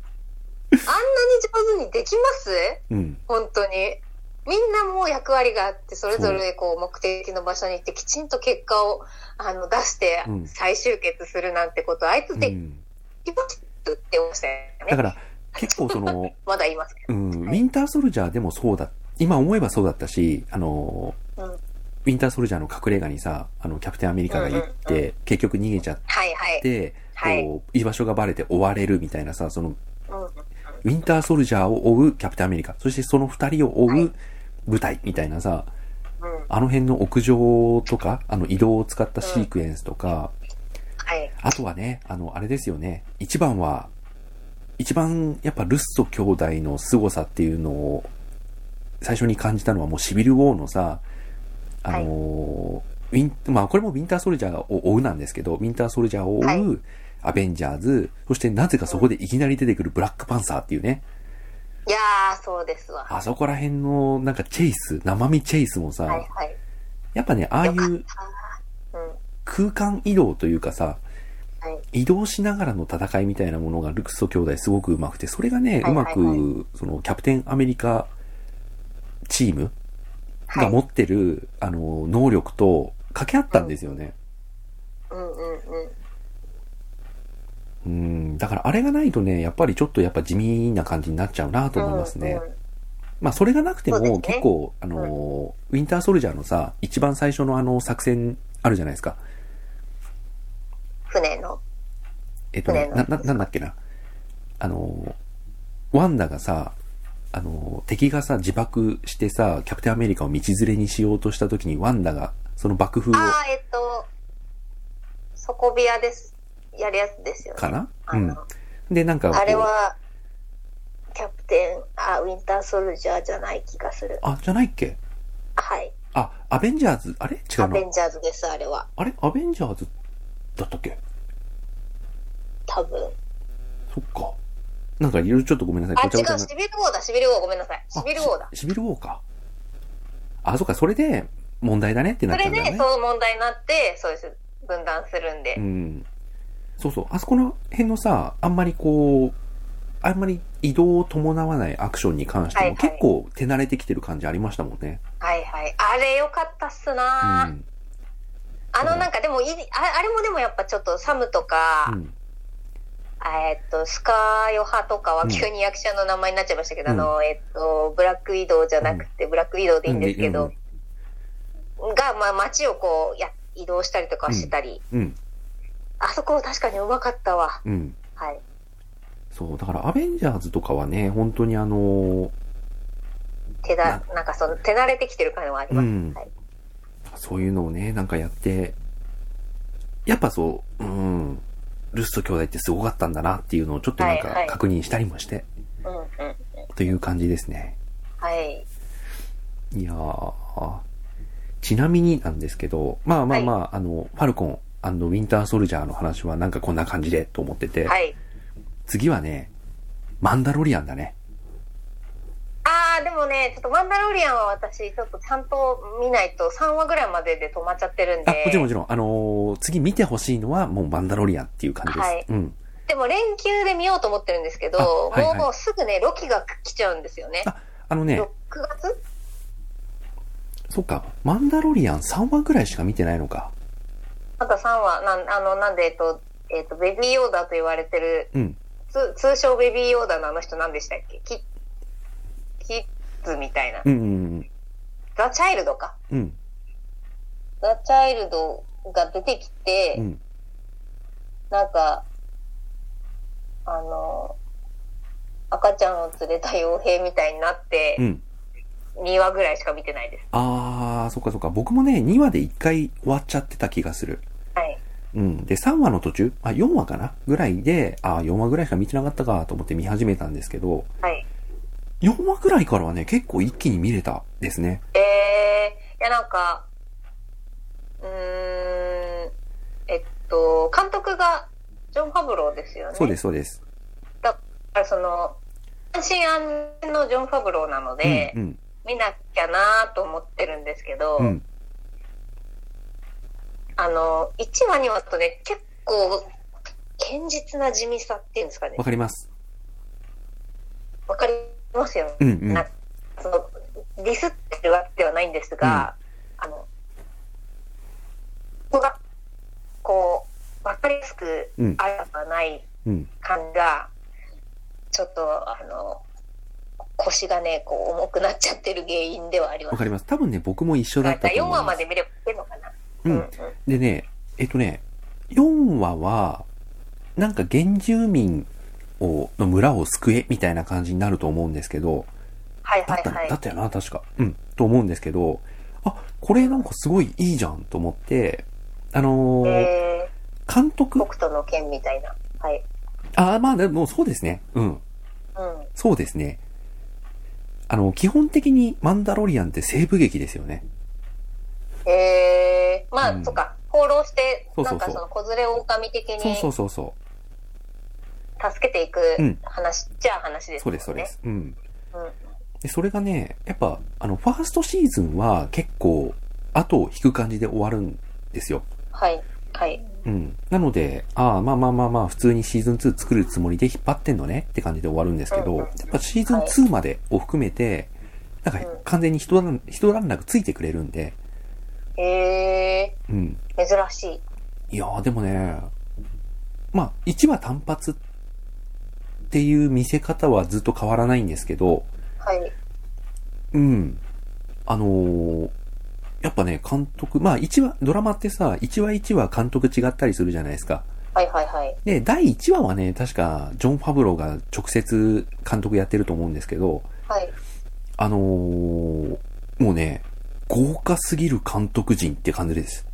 に上手にできますうん。本当に。みんなもう役割があって、それぞれこう目的の場所に行って、きちんと結果をあの出してうん再集結するなんてこと、あいつうでん。きますって言ってましたよだかね。ら、結構その、まだ言いますけうん、ウはいィンターソルジャーでもそうだ。今思えばそうだったし、あの、うんウィンターソルジャーの隠れ家にさ、あの、キャプテンアメリカが行っうんうんて、結局逃げちゃっど。はいはい。て、はいこう、居場所がバレて追われるみたいなさ、その、うんうんウィンターソルジャーを追うキャプテンアメリカ、そしてその二人をは追うい舞台みたいなさ、うん。あの辺の屋上とか、あの移動を使ったシークエンスとか、はい。あとはね、あの、あれですよね。一番は、一番やっぱルッソ兄弟の凄さっていうのを最初に感じたのはもうシビル・ウォーのさ、あのーウィン、まあこれもウィンター・ソルジャーを追うなんですけど、ウィンター・ソルジャーを追う、はいアベンジャーズ、そしてなぜかそこでいきなり出てくるブラックパンサーっていうね、いやー、そうですわ。あそこら辺のなんかチェイス、生身チェイスもさ、はいはい。やっぱね、ああいよかっうた。うん。空間移動というかさ、はい移動しながらの戦いみたいなものがルクソ兄弟すごくうまくて、それがね、はいはいうはいまく、そのキャプテンアメリカチームはがい持ってる、あの、能力と掛け合ったんですよね。うんうんうん。うん、だからあれがないとね、やっぱりちょっとやっぱ地味な感じになっちゃうなと思いますね。うんうんまあそれがなくてそうですもね結構、あの、ウィンターソルジャーのさ、一番最初のあの作戦あるじゃないですか。船の。えっと、そな、れのな、なんだっけな。あの、ワンダがさ、あの、敵がさ、自爆してさ、キャプテンアメリカを道連れにしようとした時に、ワンダが、その爆風あを、あ、えっと、底部屋です。やるやつですよね。かなあうん。ので、なんかこう、あれは、キャプテン、あ、ウィンターソルジャーじゃない気がする。あ、じゃないっけはい。あ、アベンジャーズ、あれ違アうベのンジャーズです、あれは。あれアベンジャーズだったっけ多分。そっか。なんかいろいろちょっとごめんなさい。あ、ごちゃ違ごちゃう、になシビルウォーだ、シビルウォー、ごめんなさい。シビルウォーだあ。シシビルウォーか。あ、そっか、それで問題だねってなそっちゃれうんだよね。で、そう問題になって、そうです。分断するんで。うん。そうそう。あそこの辺のさ、あんまりこう、あんまり移動を伴わないアクションに関してはいもはい結構手慣れてきてる感じありましたもんね。はいはい。あれよかったっすなー、うん。あの、なんかでもいい、ああれもでもやっぱちょっとサムとか、うん。えーっと、スカヨハとかはうん急に役者の名前になっちゃいましたけど、うんあの、えーっと、ブラック移動じゃなくて、ブラック移動でいいんですけど、が、まあ、街をこう、や、移動したりとかしてたり、うん。あそこ確かにうまかったわ。うん。はい。そう。だから、アベンジャーズとかはね、本当にあの、手だ、なんかその、手慣れてきてる感はありうます。んはい。そういうのをね、なんかやって、やっぱそう、うん。ルスト兄弟ってすごかったんだなっていうのをちょっとなんはいはかい確認したりもして、うんうん。という感じですね。はい。いやーちなみになんですけど、まあまあまあ、あの、ファルコンウィンターソルジャーの話はなんかこんな感じでと思ってて、はい。次はね、マンダロリアンだね。あー、でもね、ちょっとマンダロリアンは私、ちょっとちゃんと見ないと、3話ぐらいまでで止まっちゃってるんあ、もちろんもちで、ろん、あのー次見てほしいのはもうマンダロリアンっていう感じです。はいうん。でも連休で見ようと思ってるんですけど、あはいはいもうすぐね、ロキが来ちゃうんですよね。ああのね6、月そっか、マンダロリアン3話ぐらいしか見てないのか。また3話、なん、あの、なんで、えっと、えっと、ベビーヨーダと言われてる、うん。つ通称ベビーヨーダのあの人何でしたっけキッ、キッズみたいなう。んうんザ・チャイルドか。うん。うん。ザ・チャイルドが出てきて、うん。なんか、あの、赤ちゃんを連れた傭兵みたいになってう、ん。 2話ぐらいしか見てないです。あー、そっかそっか。僕もね、2話で1回終わっちゃってた気がする。はい。うん。で、3話の途中、あ、4話かなぐらいで、あ、4話ぐらいしか見てなかったかと思って見始めたんですけど、はい。 4話ぐらいからはね、結構一気に見れたですね。えー、いやなんか、うーん、えっと、監督がジョン・ファブローですよね。そうです、そうです。だからその、安心安全のジョン・ファブローなので、うん、うん。見なきゃなーと思ってるんですけど、うん。あの、1話2話とね、結構、堅実な地味さっていうんですかねわ。かります。わかりますよね。うんうんなんかそのディスってるわけではないんですが、あの、ここが、こう、わかりやすくうんあるはないうん。感じが、ちょっと、あの、腰がね、こう、重くなっちゃってる原因ではありまわすか。ります。多分ね、僕も一緒だったと4思い話ま。ますで見ればいけるのかな。ううんん。うんでね、えっとね、4話は、なんか原住民を、の村を救え、みたいな感じになると思うんですけど、はいだはっいた、はいだっ。たよな、確か。うん、と思うんですけど、あ、これなんかすごいいいじゃんと思って、あのーえ監ー、督北斗の剣みたいな。はい。あ、まあでもそうですね。うん。うん。そうですね。あの、基本的にマンダロリアンって西部劇ですよね。えー、まあ、うんそっか、放浪して、そうそうそうなんかその、子連れ狼的そうにそうそ助うそけていくうん話っちゃ話でう。すそうでもんね。す、そうです。うん。うん。で、それがね、やっぱ、あの、ファーストシーズンは結構、後を引く感じで終わるんですよ。はい、はい。うん。なので、ああ、まあまあまあまあ、普通にシーズン2作るつもりで引っ張ってんのねって感じで終わるんですけど、うんやっぱシーズン2までを含めて、なんかうん完全に人段人段落ついてくれるんで、えうん。ー、珍しい。いやーでもね、まあ、1話単発っていう見せ方はずっと変わらないんですけど、はい。うん。あのーやっぱね、監督、まあ1話、ドラマってさ、1話1話監督違ったりするじゃないですか。はいはいはい。で、第1話はね、確か、ジョン・ファブローが直接監督やってると思うんですけど、はい。あのーもうね、豪華すぎる監督陣って感じです。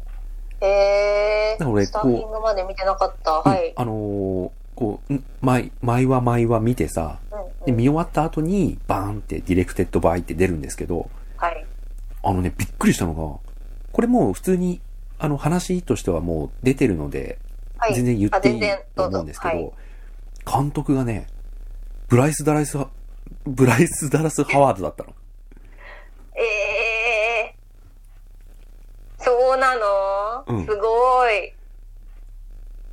えだから俺こうー、スタッフィングまで見てなかった。うんはい。あのーこう、ん毎、毎話毎話見てさ、うんで、うん見終わった後に、バーンってディレクテッドバイって出るんですけど、はい。あのね、びっくりしたのが、これもう普通に、あの話としてはもう出てるので、はい。全然言っていあ全い然と思うんですけど、どうぞ監督がね、ブライス・ダライスハ、ブライス・ダラス・ハワードだったの。えー、そうなの、うんすごい。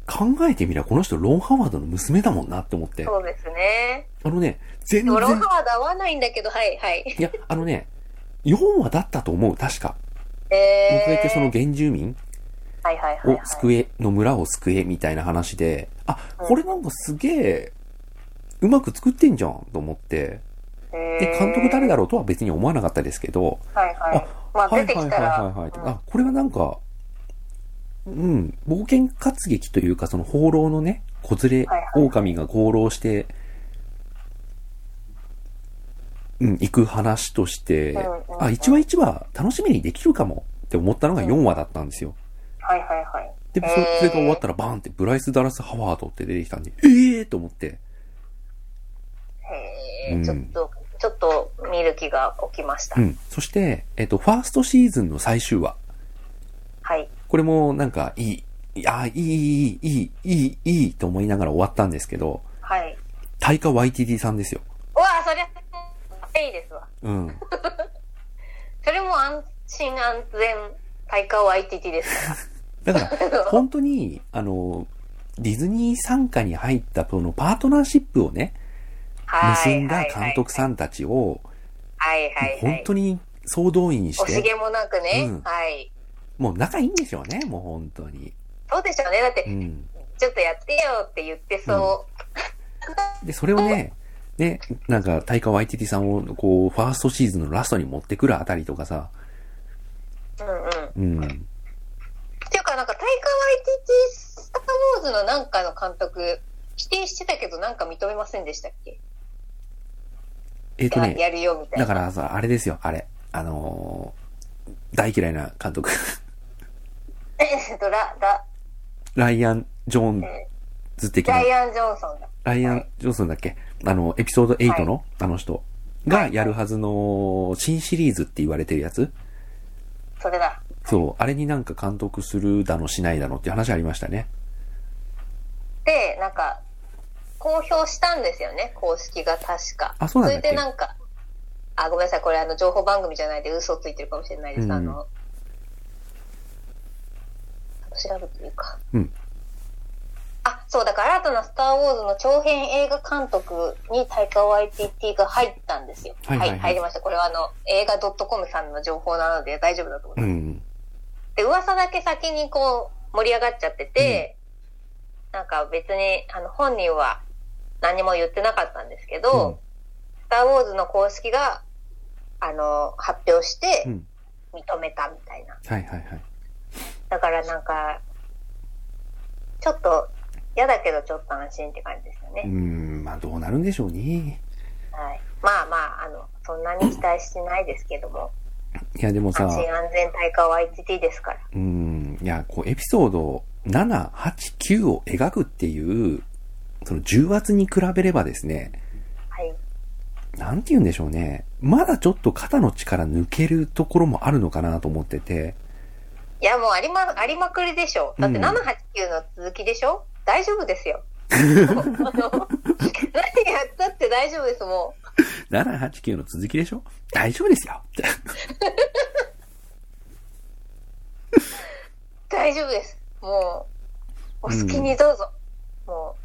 考えてみりゃこの人ロン・ハワードの娘だもんなって思って。そうですね。あのね、全でもロ然、ンハード合わないんだけど、はいはい。いや、あのね、4話だったと思う、確か。僕が言っえてー、その原住民はいはいはい、をはい。救え、の村を救えみたいな話で、あ、これなんかすげえ、うまく作ってんじゃんと思って、で、で監督誰だろろうとは別に思わなかったですけど、うはいはい。まあはいは出ていはきいたら、はいはい。うんあ、これはなんか、うん、冒険活劇というか、その放浪のね、子連れ、はいはい狼が放浪して、うん、行く話として、うんうんうんあ、一話一話楽しみにできるかもって思ったのが4話だったんですよ。はいはいはい。で、そへーれそれが終わったらバーンってブライス・ダラス・ハワードって出てきたんで、ええーと思って。へえ、うんちょっと、ちょっと見る気が起きました。うん。そして、えっと、ファーストシーズンの最終話。はい。これもなんかいい、いや、いい、いい、いい、いい、いいと思いながら終わったんですけど、はい。タイカ YTT さんですよ。うわあ、そりゃ、いいですわ。うん。それも安心安全、大会 YTT ですだから、 から。本当に、あの、ディズニー傘下に入ったそのパートナーシップをね、は結いんだ監督さん。んたちを、はいはいはい。本当に総動員し、惜してげもなくね。うんはい。もう仲いいんでしょうね、もう本当に。そうでしょうね。だって、うん。ちょっとやってよって言ってそで、それをね、ね、なんか、タイカ YTT さんを、こう、ファーストシーズンのラストに持ってくるあたりとかさ、う。うんうん。うっん。ていうか、なんか、大会 YTT スター・ウォーズのなんかの監督、否定してたけど、なんか認めませんでしたっけ、えっ、とね、ややるよみたいだな。からさ、あれですよ、あれ。あのー大嫌いな監督。 ドラ、ラ、ライアン・ジョーンえズ的ーなラ。イアン・ジョンソンだ。ライアはンい・ジョンソンだっけあの、エピソード8の、はあの人がやるはずの新シリーズって言われてるやつそれだ。そう。あれになんか監督するだのしないだのっていう話ありましたね。で、なんか、公表したんですよね、公式が確か。あそうなんだっけそれでなんか、ああ、ごめんなさい。これあの、情報番組じゃないで嘘ついてるかもしれないです。うんあの、調べていいか。うんあ、そう、だから新たなスターウォーズの長編映画監督にタイカワイティティが入ったんですよ。はいはいはい入りました。これはあの、映画 .com さんの情報なので大丈夫だと思います。うん。で、噂だけ先にこう、盛り上がっちゃってて、なんか別に、あの、本人は何も言ってなかったんですけど、うんスター・ウォーズの公式が、あの、発表してう、ん。認めたみたいな。はいはいはい。だからなんか、ちょっと、嫌だけどちょっと安心って感じですようーね。ん、まあどうなるんでしょうね。はい。まあまあ、あの、そんなに期待してないですけども、いやでもさ安、心安全大会は YTT ですから。うーん、いや、こうエピソード7、8、9を描くっていう、その重圧に比べればですね、はい。なんて言うんでしょうね。まだちょっと肩の力抜けるところもあるのかなと思ってて。いや、もうありま、ありまくりでしょ。だってうん789の続きでしょ、大丈夫で すよ。あの何やったって大丈夫です、もう。 7、8、9の続きでしょ大丈夫ですよ。大丈夫です。もう、お好きにどうぞ。も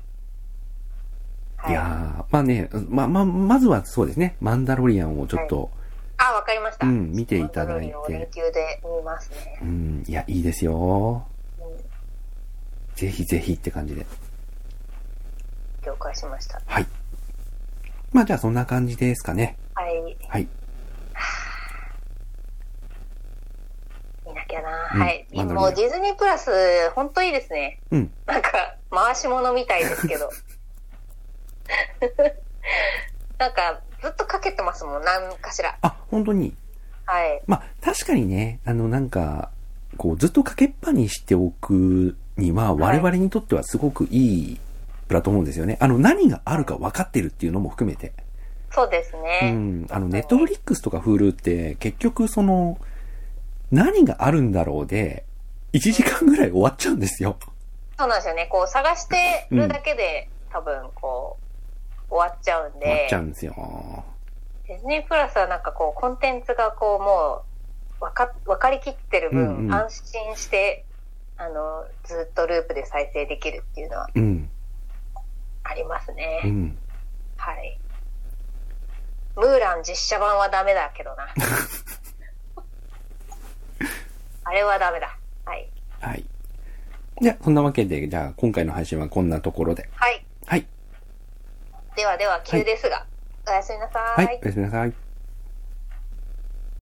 う。はいやー、まあね、まあまあ、まずはそうですね、マンダロリアンをちょっと、あ、わかりました。うん見ていただいてその連休で見ますね。うん、いや、いいですよ。うんぜひぜひって感じで。了解しました。まあじゃあそんな感じですかね。はい。はい。 見なきゃな。うんはい。ワンダリーもうディズニープラス、ほんといいですね。うん。なんか、回し物みたいですけど。 なんか、ずっとかけてますもん、なんかしら。あ、本当に。はい。まあ確かにね、あのなんか、こうずっとかけっぱにしておくにはは我い々にとってはすごくいいプラットフォームですよね。あの何があるか分かってるっていうのも含めて。そうですうね。ん。あのネットフリックスとか Hulu って結局その何があるんだろうで1時間ぐらい終わっちゃうんですよ。そうなんですよね。こう、探してるだけで、多分、こう、終わっちゃうん終わでっち、ゃうんですよ。ディズニープラスはなんかこう、コンテンツがこう、もう、わか、わかりきってる分、うんうん安心して、あの、ずっとループで再生できるっていうのはうん。ありますね。うん。はい。ムーラン実写版はダメだけ どな。あれはダメだ。はい。はい。じゃあそんなわけで、じゃあ今回の配信はこんなところで。はい。はい。ではでは、急ですが、おやすみなさはい。おやすみなさい。